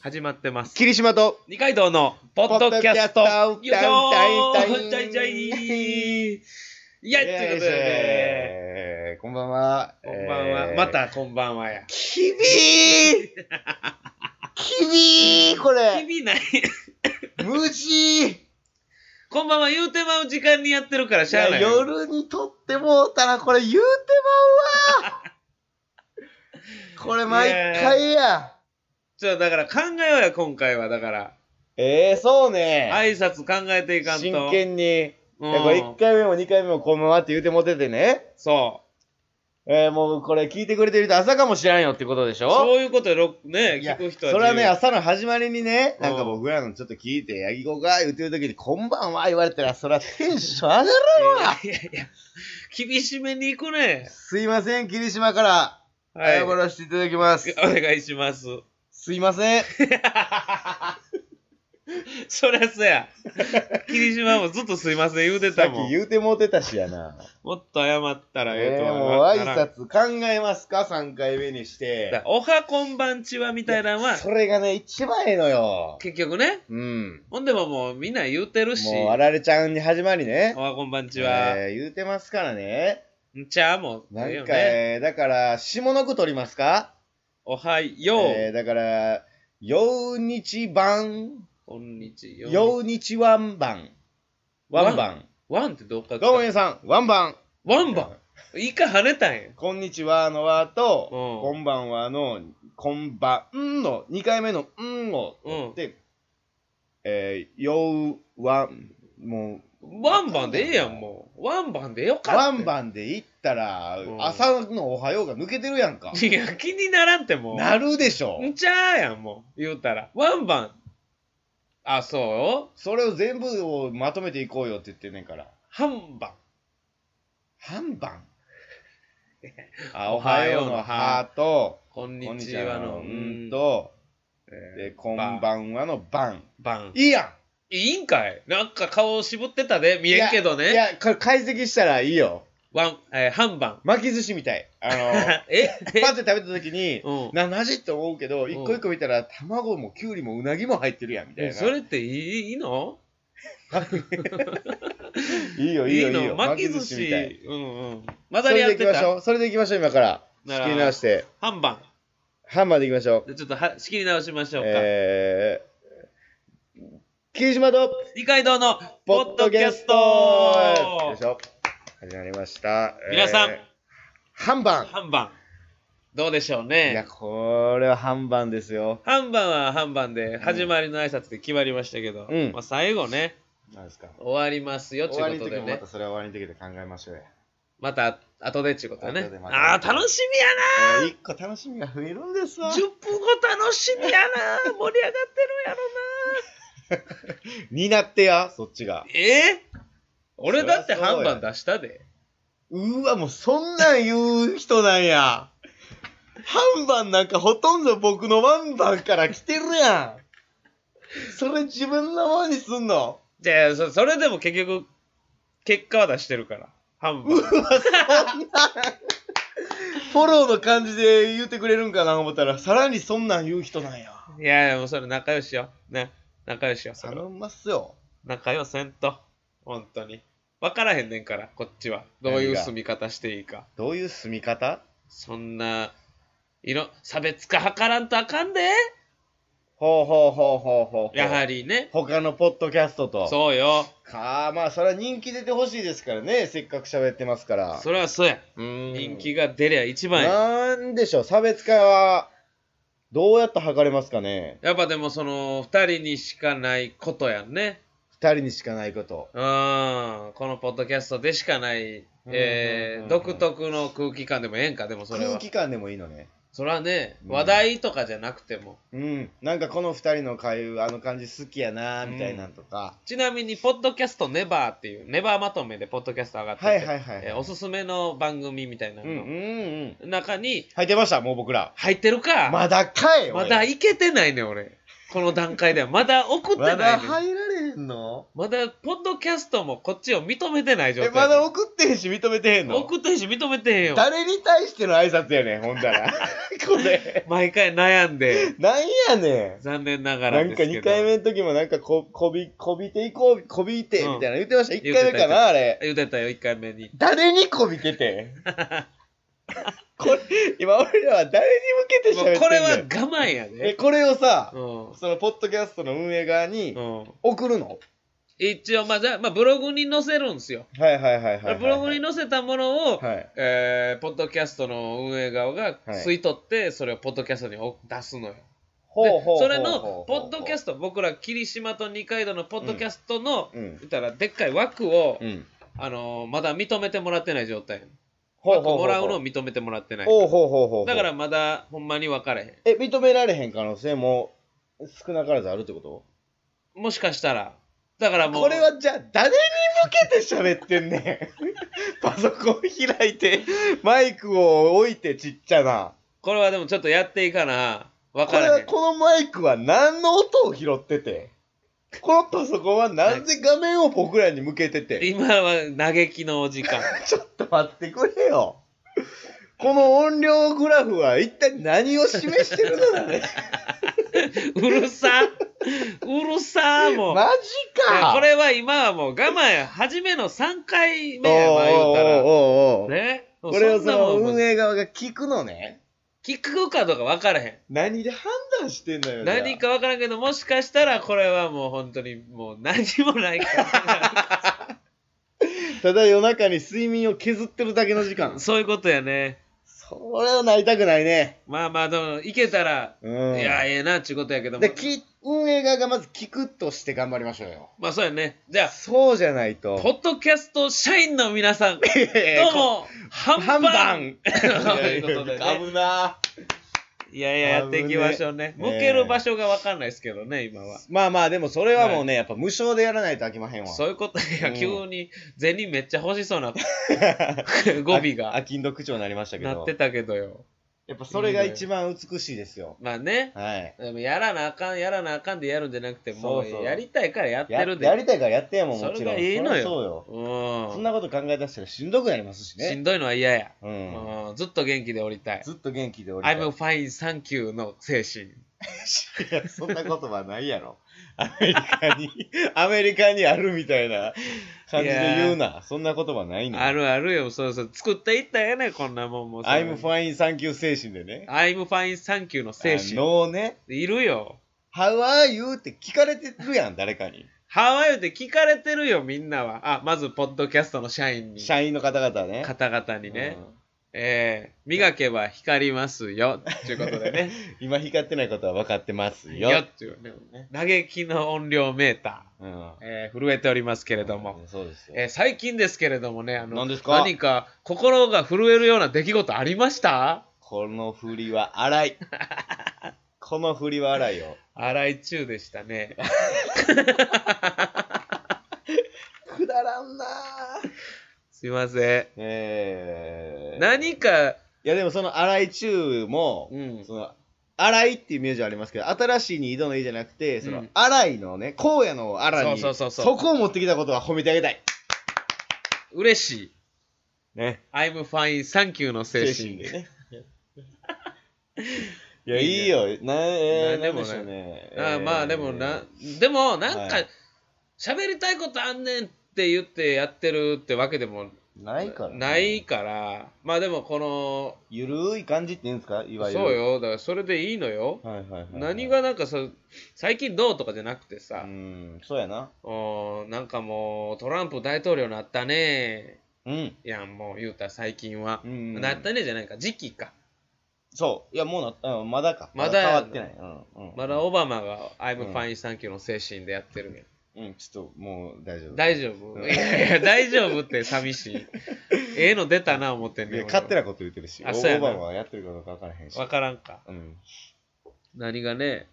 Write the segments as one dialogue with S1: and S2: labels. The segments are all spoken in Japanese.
S1: 始まってます。
S2: 霧島と
S1: 二階堂のポッドキャスト。よ
S2: ポッド
S1: い
S2: キ
S1: しょ
S2: ャスト
S1: ーちょいちょい。いや、ということでね、
S2: えーこんばんは。
S1: こんばんは。
S2: えー
S1: ま。たこんばんはや。
S2: き びーきびーこれ
S1: 日々ない。
S2: 無事
S1: こんばんは言うてまう時間にやってるからしゃあない。
S2: 夜に撮ってもうたらこれ言うてまうわ これ毎回や。
S1: ちょ、だから考えようや、今回は。だから、
S2: えー、そうね。
S1: 挨拶考えていかんと。
S2: 真剣に。
S1: う
S2: いやこれ
S1: ん
S2: 1、回目も2回目もこんばんはって言うてもうててね。
S1: そう。
S2: えー、もうこれ聞いてくれてる人朝かもしらんよってことでしょ
S1: そういうことよね、
S2: い
S1: 聞
S2: や
S1: く人は。
S2: それはね、朝の始まりにね、
S1: うん
S2: なんか僕らのちょっと聞いて、ヤギ子が言ってる時に、こんばんは言われたら、それはテンション上がる わ。
S1: いやいやいや、厳しめに行くね。
S2: すいません、霧島から
S1: はい。
S2: 謝
S1: お
S2: らせていただきます。
S1: 願いします。
S2: すいま せん。
S1: そりゃそう や。霧島もずっとすいません言うて
S2: さったき
S1: もん。
S2: 言うてもうてたしやな。
S1: もっと謝ったらええ
S2: え
S1: と
S2: ー、
S1: 思
S2: もう
S1: う
S2: 挨拶考えますか ?3 回目にして。
S1: おはこんばんちはみたいなのは、
S2: それがね、一番ええのよ。
S1: 結局ね。
S2: うん。
S1: ほんでももうみんな言うてるし、
S2: もう、あられちゃんに始まりね
S1: お。はこんばんちは。
S2: えー、言うてますからね。
S1: んちゃーも
S2: な
S1: ええよ
S2: んか、
S1: ね。
S2: えーだから、下の句取りますか
S1: おはよう。
S2: えーだから、よ日晩、
S1: こんにちは。
S2: よ日ワンバン。ワンバン。
S1: ワンってどっか
S2: どうも皆さん、ワンバン。
S1: ワンバン。イカ跳ねたんや。
S2: こんにちはのわと、
S1: うん
S2: こんばんはの、こんばんの、2回目のんを取って、えー、ようわん、も
S1: ワンバンでええやん、もう。ワンバンでよ
S2: う、
S1: かった。
S2: ワンバンでいったら
S1: う、ん
S2: 朝のおはようが抜けてるやんか。
S1: いや、気にならんってもう。
S2: なるでしょ。
S1: んちゃーやん、もう。言うたら。ワンバン。あ、そう
S2: それを全部をまとめていこうよって言ってんねんから。
S1: ハンバン。
S2: 半番あ、おはようのはと、
S1: こん
S2: こん
S1: に
S2: に
S1: ち
S2: ち
S1: は
S2: は
S1: の。
S2: のうん
S1: と。
S2: と、
S1: え
S2: で、こんばんはのばん。
S1: ーバン。
S2: いいや
S1: いいんかいなんか顔渋ってたで、
S2: ん
S1: 見えんけど
S2: い
S1: ね。
S2: や、いやこれ解析したらいいよ。
S1: ワン、えー、ハンバン。
S2: 巻き寿司みたい。あの、
S1: え
S2: パって食べた時に、
S1: うん
S2: な、なじって思うけど、
S1: ん
S2: 一個一個見たら、卵もきゅうりもうなぎも入ってるやん、みたい
S1: え
S2: な。
S1: それっていいいいの
S2: いいよ、いいよ、いいよ。
S1: 巻き寿司
S2: みたい。。
S1: うんうん。混
S2: そ
S1: ざり合
S2: れ
S1: って
S2: でいきましょ
S1: た。
S2: う。それでいきましょう、今から。
S1: な
S2: 仕
S1: ら
S2: 切り直して。
S1: ハンバン。
S2: ハンマーでいきましょう。
S1: でちょっとは仕切り直しましょうか。
S2: えー、霧島と、
S1: 二階堂のポ
S2: ポ
S1: ッ
S2: ッ
S1: ド
S2: ド
S1: キ
S2: キ
S1: ャ
S2: ャ
S1: ス
S2: ス
S1: ト
S2: トよいしょ。始まりました。
S1: 皆さん、
S2: えー半番。
S1: 半番どうでしょう
S2: いや、
S1: ね
S2: これは半番ですよ。
S1: 半番は半番で始まりの挨拶で決まりましたけど、
S2: うん
S1: まあ、最後ね
S2: なんですか。
S1: 終わりますよっちゅ
S2: 終わり
S1: う
S2: の
S1: こと
S2: 時
S1: で
S2: もま
S1: ね
S2: たそれは終わりの時で考えましょうや。
S1: また後でっちゅうことでね
S2: 後でまた
S1: ああー楽し
S2: えー一個楽しみが増えるんです
S1: みやな
S2: わ
S1: 10。分後楽しみやな盛り上がってるやろ
S2: になってや、そっち
S1: な
S2: が。
S1: えー俺だって
S2: そりゃそう
S1: 半
S2: や
S1: 番出したで
S2: うーわ、もうそんなん言う人なんや。半番なんかほとんど僕のワンバンから来てるやん。それ自分のものにすんの
S1: じゃあそそれでも結局結果は出してるから半番
S2: フォローの感じで言うてくれるんかな思ったら、さらにそんなん言う人なんや。
S1: いやいやもうそれ仲良しよね仲良しよそれは
S2: 頼みますよ。
S1: 仲良せんと本当に分からへんねんからこっちはどういう住み方していいか
S2: どういう住み方
S1: そんな色差別化図らんとあかんで
S2: ほうほうほうほうほうほう。
S1: やは
S2: り。
S1: りね
S2: 他のポッドキャストと。う。
S1: そうよ
S2: かあ、まあ、それは人気出てほしいですからね。せっかく喋ってますから。
S1: それはそうや
S2: うーん
S1: 人気が出りゃ一番や
S2: なんでしょう、差別化は、どうやって測れますかね
S1: やっぱでもその2人にしかないことやんね
S2: 二人にしかないこと。
S1: うんこのポッドキャストでしかない、えー
S2: うんうんうんうん
S1: 独特の空気感でもええんかでもそれ
S2: 空
S1: は
S2: 気感でもいいのね。
S1: それはね
S2: うん
S1: 話題とかじゃなくても、
S2: うん。なんかこの二人の会話、あの感じ好きやな、みたいなんとか。
S1: ちなみに、ポッドキャストネバーっていう、ネバーまとめでポッドキャスト上がってて、
S2: はいはいはいはい
S1: えーおすすめの番組みたいな
S2: うんうんう
S1: の
S2: ん。
S1: 中に
S2: 入ってました、もう僕ら。
S1: 入ってるか、
S2: まだかい
S1: まだ
S2: い
S1: いけてないねん、俺。この段階では。まだ送って
S2: ま
S1: な
S2: だ
S1: いねん。
S2: 入られへんんの
S1: まだ、ポッドキャストもこっちを認めてない状
S2: え、
S1: 態。
S2: まだ送ってへんし認めてへんの
S1: 送ってへんし、認めてへんよ。
S2: 誰に対しての挨拶やねん、ほん だら。これ。
S1: 毎回悩んで、
S2: なんやね
S1: 残念なが
S2: ん。な
S1: ら
S2: ん
S1: です
S2: か
S1: けど。
S2: 2回目の時もなんかこ、こび、こびていこう、こびて、みたいな言ってました。
S1: うん
S2: 1回目かな、あれ。
S1: 言うてたよ、1回目に。
S2: 誰にこび ててこれ、今俺らは誰に向けて喋
S1: も
S2: ってん
S1: う
S2: の
S1: これは我慢や
S2: え、
S1: ね。
S2: これをさ、
S1: うん
S2: そのポッドキャストの運営側に
S1: うん。
S2: 送るの、
S1: 一応、まあ、じゃあまあ、ブログに載せるんですよ。
S2: はいはいはいはいはい。
S1: ブログに載せたものを、
S2: はい。
S1: えーポッドキャストの運営側が
S2: はい
S1: 吸い取って、それをポッドキャストにお出すのよ。
S2: ほうほうほうほう
S1: でそれのポッドキャ
S2: ス
S1: スト僕ら霧島と二階堂のポッドキャストの、
S2: ト。うん。
S1: 言ったらでっかい枠を、
S2: うん。
S1: あのーまだ認めてもらってない状態
S2: ほ
S1: 枠もらうのを
S2: う
S1: 認めてもらってない
S2: ほうほうほうほう。
S1: だから、まだほんまに分かれへ
S2: え、認められへん可能性も少なからずあるってこと
S1: んもしかしたらだからもう
S2: これはじゃあ誰に向けて喋ってんね んパソコン開いてマイクを置いてちっちゃな
S1: これはでもちょっとやっていかな分
S2: こ
S1: か
S2: れ
S1: らへ
S2: は
S1: ん
S2: このマイクは何の音を拾っててこのパソコンはなぜ画面を僕らに向けてて
S1: 今は嘆きのお時 間
S2: ちょっと待ってくれよこの音量グラフは一体何を示してるの だね
S1: うるさうるさもう、
S2: マジ
S1: いや
S2: か
S1: これは今はもう我慢や初めの3回目や
S2: お
S1: まあ言うた
S2: うおう
S1: ら
S2: おうおう
S1: ねこ
S2: これをその
S1: もう
S2: 運営側が聞くのね
S1: 聞くかどうか分からへん
S2: 何で判断してんのよじゃあ
S1: 何か分からんけどもしかしたらこれはもう本当にもう何もない か
S2: ただ夜中に睡眠を削ってるだけの時間
S1: らそういうことやね
S2: それはなりたくないね
S1: まあまあでもいけたら、
S2: うん
S1: いやええなっちゅうことやけども
S2: でき運営側がまず聞くとして頑張りましょうよ
S1: まあそうやねじゃあ
S2: そうじゃないと
S1: ポッドキャスト社員の皆 さんど
S2: いやいや
S1: うもハン
S2: 半
S1: バ
S2: バ
S1: ン
S2: ン
S1: と いうことでね
S2: 危な
S1: はいやいややっていきましょうね
S2: 危
S1: 向
S2: ねえ
S1: ける場所が分かんないですけどね今は
S2: まあまあでもそれはもうね、やっぱ無償でやらないと飽きまへんわ
S1: そういうこといや
S2: うん
S1: 急に銭めっちゃ欲し そうな語尾
S2: あ
S1: が
S2: きんど口調になりましたけど
S1: なってたけどよ
S2: やっぱそれが一番美しいですよ
S1: まあね
S2: はい
S1: でもやらなあかんやらなあかんでやるんじゃなくても
S2: そうそう
S1: うやりたいからやって
S2: や
S1: るで
S2: やりたいからやってやもんも
S1: そ
S2: ち
S1: れ
S2: ろん
S1: がいいのよ
S2: そりゃそうよ、
S1: うん
S2: そんなこと考え出したらしんどくなりますしね
S1: しんどいのは嫌や、
S2: う
S1: うんんずっと元気でおりたい
S2: ずっと元気でおりたい
S1: I'm fine thank you の精神
S2: いや そんな言葉ないやろ。アメリカに、アメリカにあるみたいな感じで言うな。そんな言葉ないね
S1: あるあるよそうそう作っていったらええねんこんなもんもう
S2: I'm
S1: そ
S2: fine, thank you 精神で
S1: れ。
S2: ね
S1: I'm fine thank you の精
S2: あ
S1: 神
S2: のね、
S1: いるよ
S2: How are you? って聞かれてるやん、誰かに。
S1: ハワイで聞かれてるよみんなはあまずポッドキャストの社員に
S2: 社員の方々ね。
S1: 方々にね、
S2: うん
S1: えー磨けば光りますよということでね
S2: 今光ってないことは分かってます よ。
S1: よっていうね、嘆きの音量メータ
S2: うん。
S1: ー、えー震えておりますけれども、
S2: うんそうですよ。
S1: えー最近ですけれどもね、あの
S2: 何ですか
S1: 何か心が震えるような出来事ありました
S2: この振りは 荒い。この振りは荒いよ。
S1: 洗い中でした ね。
S2: くだらんな
S1: すいませ
S2: え
S1: ん。
S2: ー、い
S1: 何か、
S2: やでもその荒い中も、
S1: うん
S2: その荒いっていうイメージはありますけど新しいに井戸の井じゃなくてそうの
S1: ん
S2: 荒いのね荒野の荒に
S1: そうそうそうそう
S2: こを持ってきたことは褒めてあげたい
S1: 嬉しい。
S2: ね
S1: I'm fine, thank you の精
S2: 精
S1: 神
S2: 神で
S1: で。
S2: ね いやいいよなえ
S1: な
S2: ー、
S1: ん
S2: な
S1: で
S2: ん
S1: もな
S2: で
S1: い
S2: しょうね
S1: あーまあでもな、でもなんか
S2: は、い
S1: 喋、りたいことあんねんって言ってやってるってわけでも
S2: ないから、
S1: ないから、まあでもこの、
S2: ゆるい感じって言うんですかいわゆる
S1: そうよ、だからそれでいいのよ。
S2: はいはいはいはい、
S1: 何がなんかさ、最近どうとかじゃなくてさ
S2: う、んそうやな
S1: おーなんかもうトランプ大統領なったね
S2: うん
S1: やん、もう言うたら最近は
S2: う。ん
S1: なったねじゃないか、時期か。
S2: そういやもうなったうんまだか
S1: まだや
S2: 変わってない、うんうん、
S1: まだオバマが I'm
S2: うん
S1: fine, thank you の精神でやってる
S2: うんちょっともう大丈
S1: やん。
S2: 夫
S1: 大丈 夫いやいや、大丈夫って寂しい。ええの出たな思ってん
S2: い
S1: ね
S2: や
S1: ん。
S2: 勝手
S1: な
S2: なこと言ってるし、
S1: あ
S2: オ
S1: そうや
S2: ー
S1: な
S2: バマはやってるかどうか分からへんし。
S1: わからんか。
S2: うん。
S1: 何がね、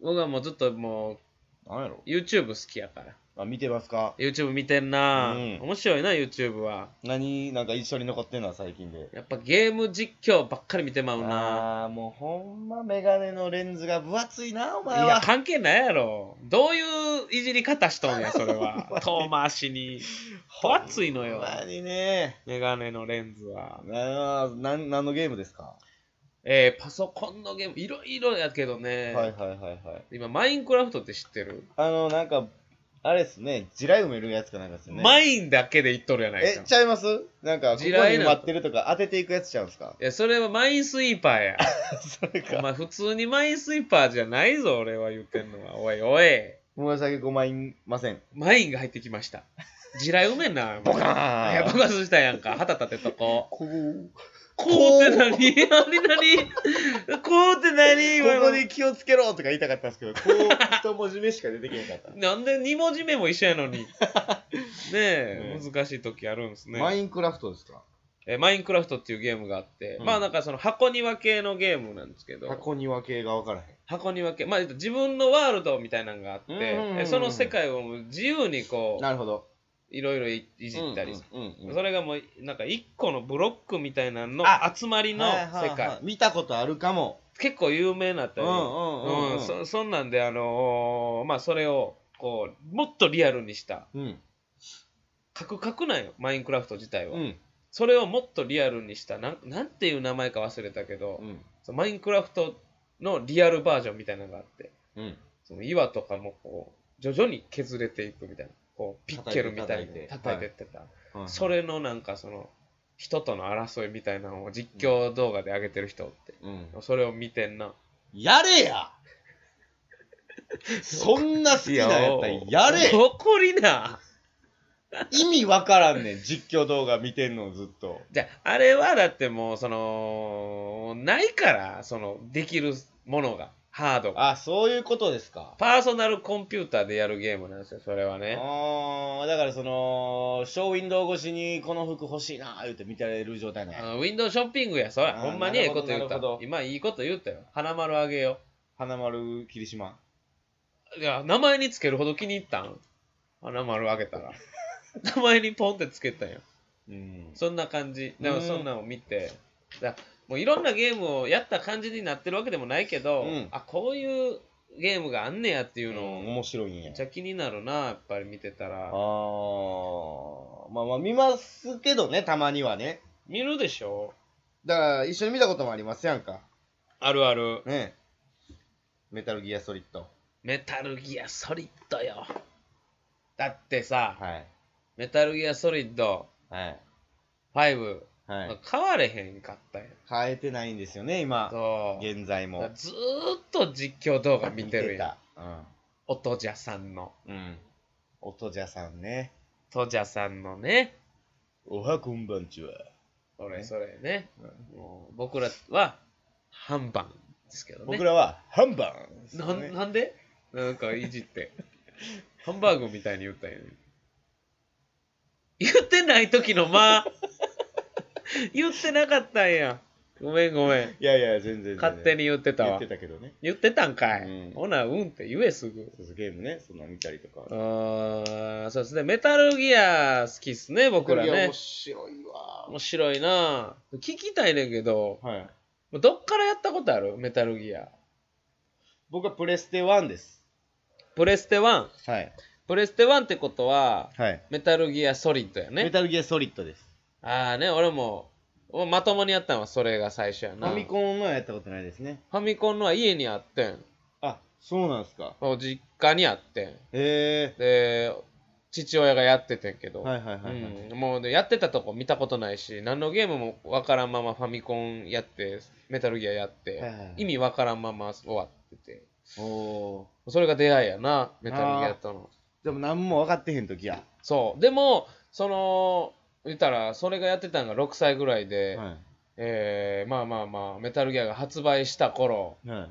S1: 僕はもうずっとも
S2: なんやろ
S1: う YouTube 好きやから。
S2: あ、見てますか
S1: YouTube 見てんな、
S2: うん
S1: 面白いな YouTube は
S2: 何、なんか一緒に残ってんのは最近で。
S1: やっぱゲーム実況ばっかり見てまうな
S2: あー、もうほんまメガネのレンズが分厚いな、お
S1: い
S2: 前
S1: や
S2: は。
S1: 関係ないやろどういういじり方し とんやそれは遠回しに分厚いのよ
S2: ほんまにね。
S1: メガネのレンズは
S2: ななん何のゲームですか、
S1: えー、パソコンのゲームいろいろやけどね、
S2: はいはいはいはい。
S1: 今マインクラフトって知ってる、
S2: あの、なんか、あれですね、地雷埋めるやつかなんかですよね。
S1: マインだけで言っとるやない
S2: え
S1: か、
S2: ちゃいますなんか、ここ
S1: 地
S2: に
S1: 雷
S2: 埋
S1: なん
S2: まってるとか当てていくやつちゃうんですか
S1: いやそれはマインスイーパーや
S2: それ
S1: お
S2: か。
S1: 前普通にマインスイーパーじゃないぞ俺は言ってんのはおいおい
S2: 紫5枚いません。
S1: マインが入ってきました地雷うめんな
S2: ボカーン
S1: いや爆発したやんか旗立てとこ
S2: こう
S1: こうって何何何こうって何今の
S2: ここに気をつけろとか言いたかったんですけど、こう一文字目しか出てけなか った。
S1: なんで2文字目も一緒やの にねえ
S2: ね
S1: 難しい時あるんですね
S2: マインクラフトですか
S1: えーマインクラフトっていうゲームがあって、
S2: うん
S1: まあなんかその箱庭系のゲームなんですけど
S2: 箱庭系が分からへん。
S1: 箱庭系まあ言うと自分のワールドみたいなのがあって、
S2: うんうんうんうん
S1: えーその世界をもう自由にこう
S2: なるほど。
S1: いろいろいいじったりする、
S2: うんうんうん
S1: それがもうなんか一個のブロックみたいなのの
S2: あ
S1: 集まりの世界、
S2: はいはいはい見たことあるかも。
S1: 結構有名なったり、
S2: うんうんうんうん
S1: そそんなんであのーまあそれをこうもっとリアルにした
S2: うん。
S1: カクカクなんよマインクラフト自体は、
S2: うん。
S1: それをもっとリアルにしたなんなんていう名前か忘れたけど、
S2: うん。
S1: そのマインクラフトのリアルバージョンみたいなのがあって
S2: うん。
S1: その岩とかもこう徐々に削れていくみたいなこうピッケルみたいに
S2: 叩いて
S1: 叩いてってた、
S2: はい
S1: そ。れのなんかその人との争いみたいなのを実況動画で上げてる人おって、
S2: うん。
S1: それを見てんな
S2: やれ やそんな好きなんやったら やれ
S1: 怒りな
S2: 意味わからんねん、実況動画見てんのずっと。
S1: じゃああれはだってもうそのないからそのできるものがハードが
S2: あ、そういうことですか。
S1: パーソナルコンピューターでやるゲームなんですよそれはね
S2: あーだからその、ショーウィンドウ越しにこの服欲しいなー言って見てられる状態なん
S1: あ
S2: や。
S1: のウィンドウショッピングや、そら、
S2: あー
S1: ほんまにええこと言っ
S2: な
S1: た
S2: るほどなるほ。ど
S1: 今いいこと言ったよ。花丸あげよ
S2: 花丸霧島。
S1: う。いや、名前につけるほど気に入ったん花丸あげ たら。名前にポンってつけたんよ。
S2: うん。
S1: そんな感じ。で
S2: う
S1: も
S2: ん
S1: そんなんを見て。だもういろんなゲームをやった感じになってるわけでもないけど、
S2: うん
S1: あ、こういうゲームがあんねやっていううのを、
S2: ん、面白いん
S1: め
S2: や
S1: っち。ゃ気になるな、やっぱり見てた
S2: あ
S1: ら。
S2: ーまあまあ見ますけどね、たまにはね。
S1: 見るでしょ
S2: だから一緒に見たこともありますやんか。
S1: あるある。
S2: ねメタルギアソリッド。
S1: メタルギアソリッドよ。だってさ、
S2: はい。
S1: メタルギアソリッド
S2: はい。
S1: 5、
S2: は
S1: まあ
S2: い。
S1: 変われへんかったんや
S2: 変えてないんですよね、今。
S1: そう
S2: 現在も。
S1: ずーっと実況動画見てるやん
S2: た。うん。
S1: 音じゃさんの
S2: うん。音じゃさんね。
S1: 音じゃさんのね
S2: おはこんばんちは。
S1: それ
S2: ね
S1: それねもう僕らは半番ですけどね
S2: 僕らはハンバーグ。
S1: なんなんでなんかいじって ハンバーグみたいに言ったんやね言ってない時の 間言ってなかったんやごめんごめん
S2: いやいや、全然。
S1: 勝手に言ってた
S2: 言っ
S1: わ
S2: てたけどね。
S1: 言ってたんかい、
S2: うん
S1: ほなうんって言えすぐ
S2: そうそうゲームね、そんな見たりとか。
S1: あーそうですね、メタルギア好きっすね、僕ら
S2: いや
S1: ね
S2: 面。白いわ。
S1: 面白いなぁ聞きたいねんけど、
S2: はい。
S1: どっからやったことあるメタルギア。
S2: 僕はプレステ1です。
S1: プレステ1。
S2: はい。
S1: プレステ1ってことは、
S2: はい。
S1: メタルギアソリッドや
S2: メ
S1: ね。
S2: タルギアソリッドです。
S1: ああね、俺も、おまともにやったのはそれが最初や
S2: フ
S1: な。
S2: ァミコンのはやったことないですね。
S1: ファミコンのは家にあってん。
S2: あ、そうなんですか。
S1: お実家にあってん。
S2: へえ。
S1: で、父親がやっててんけど。
S2: はいはいはいはい。
S1: うん、もうねやってたとこ見たことないし何のゲームもわからんままファミコンやってメタルギアやって、
S2: はいはいはい
S1: 意味わからんまま終わってて
S2: おお
S1: それが出会いやなメタルギアとの
S2: ー。でも何も分かってへん時や。
S1: そうでもその言ったらそれがやってたのが6歳ぐらいで、
S2: は
S1: えーまあまあまあメタルギアが発売した頃
S2: い。は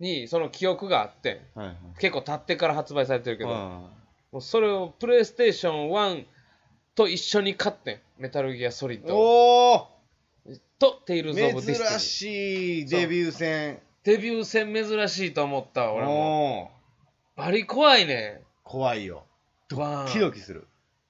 S2: い。
S1: にその記憶があってん
S2: はいはい。
S1: 結構経ってから発売されてるけど、
S2: あ
S1: もうそれをプレイステーション1と一緒に買ってんメタルギアソリッドを
S2: おお
S1: とテイルズ・オブ・ディスティ
S2: 珍しいデビュー戦
S1: デビュー戦珍しいと思ったわ俺も
S2: おー
S1: バリ怖いね
S2: 怖いよ
S1: ドバーン
S2: キドキする。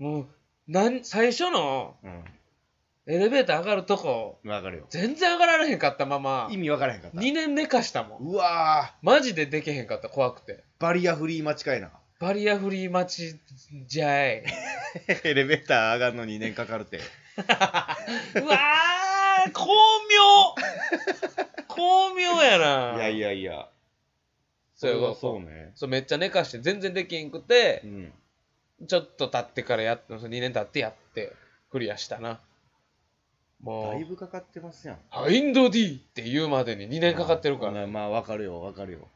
S1: もうなん最初の
S2: うん。
S1: エレベーター上がるとこ
S2: わかるよ。
S1: 全然上がられへんかったまま
S2: 意味わからへんかった。
S1: 2年寝かしたもん
S2: うわ
S1: マジでできへんかった怖くて
S2: ー、バリアフリー待ちかいな。
S1: バリアフリー待ちじゃい
S2: エ レベーター上がるのに2年かかるって。
S1: うわー巧妙巧妙やない
S2: いやいやいや。
S1: そういうこと
S2: そうね。
S1: そうめっちゃ寝かして全然できんくて
S2: うん。
S1: ちょっと経ってからやって2年経ってやってクリアしたなも
S2: だいうぶかかってますやん。
S1: ハインド D って言うまでに2年かかってるか
S2: ま
S1: ら
S2: あまあ、わかるよ、わかるよ。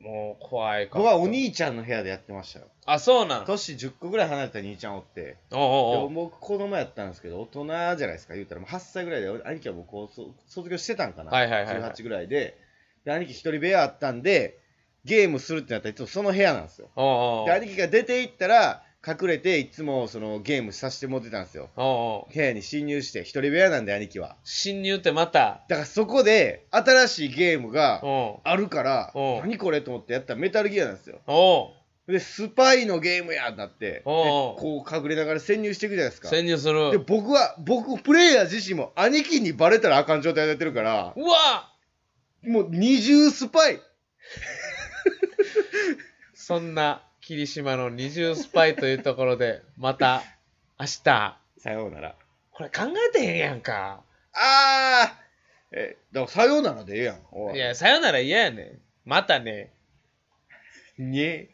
S1: もう怖いか
S2: 僕
S1: ら
S2: はお兄ちゃんの部屋でやってましたよ。
S1: あそうなん
S2: 年10個ぐらい離れた兄ちゃんおって。
S1: おうおうお
S2: で僕子供やったんですけど大人じゃないですか言うたらもう8歳ぐらいで兄貴はもうこうそ卒業してたんかな、
S1: はいはいはいはい
S2: 18ぐらいでで兄貴一人部屋あったんでゲームするってなったらいつもその部屋なんですよ
S1: おうおう
S2: で兄貴が出て行ったら隠れていつもそのゲームさせてもらってたんですよ
S1: おうおう
S2: 部屋に侵入して一人部屋なんで兄貴は
S1: 侵入ってまた
S2: だからそこで新しいゲームが
S1: おう
S2: あるから
S1: うん
S2: 何これと思ってやったらメタルギアなんですよ
S1: おう
S2: でスパイのゲームやなってで
S1: おう
S2: こう隠れながら潜入していくじゃないですか
S1: 潜入す
S2: で
S1: る
S2: 僕は僕プレイヤー自身も兄貴にバレたらあかん状態でやってるから
S1: うわ
S2: もう二重スパイ
S1: そんな霧島の二重スパイというところでまた明日
S2: さようなら
S1: これ考えてへんやんか
S2: あーえだからさようならでええやんお
S1: いやさよなら嫌やねんまたね
S2: にえ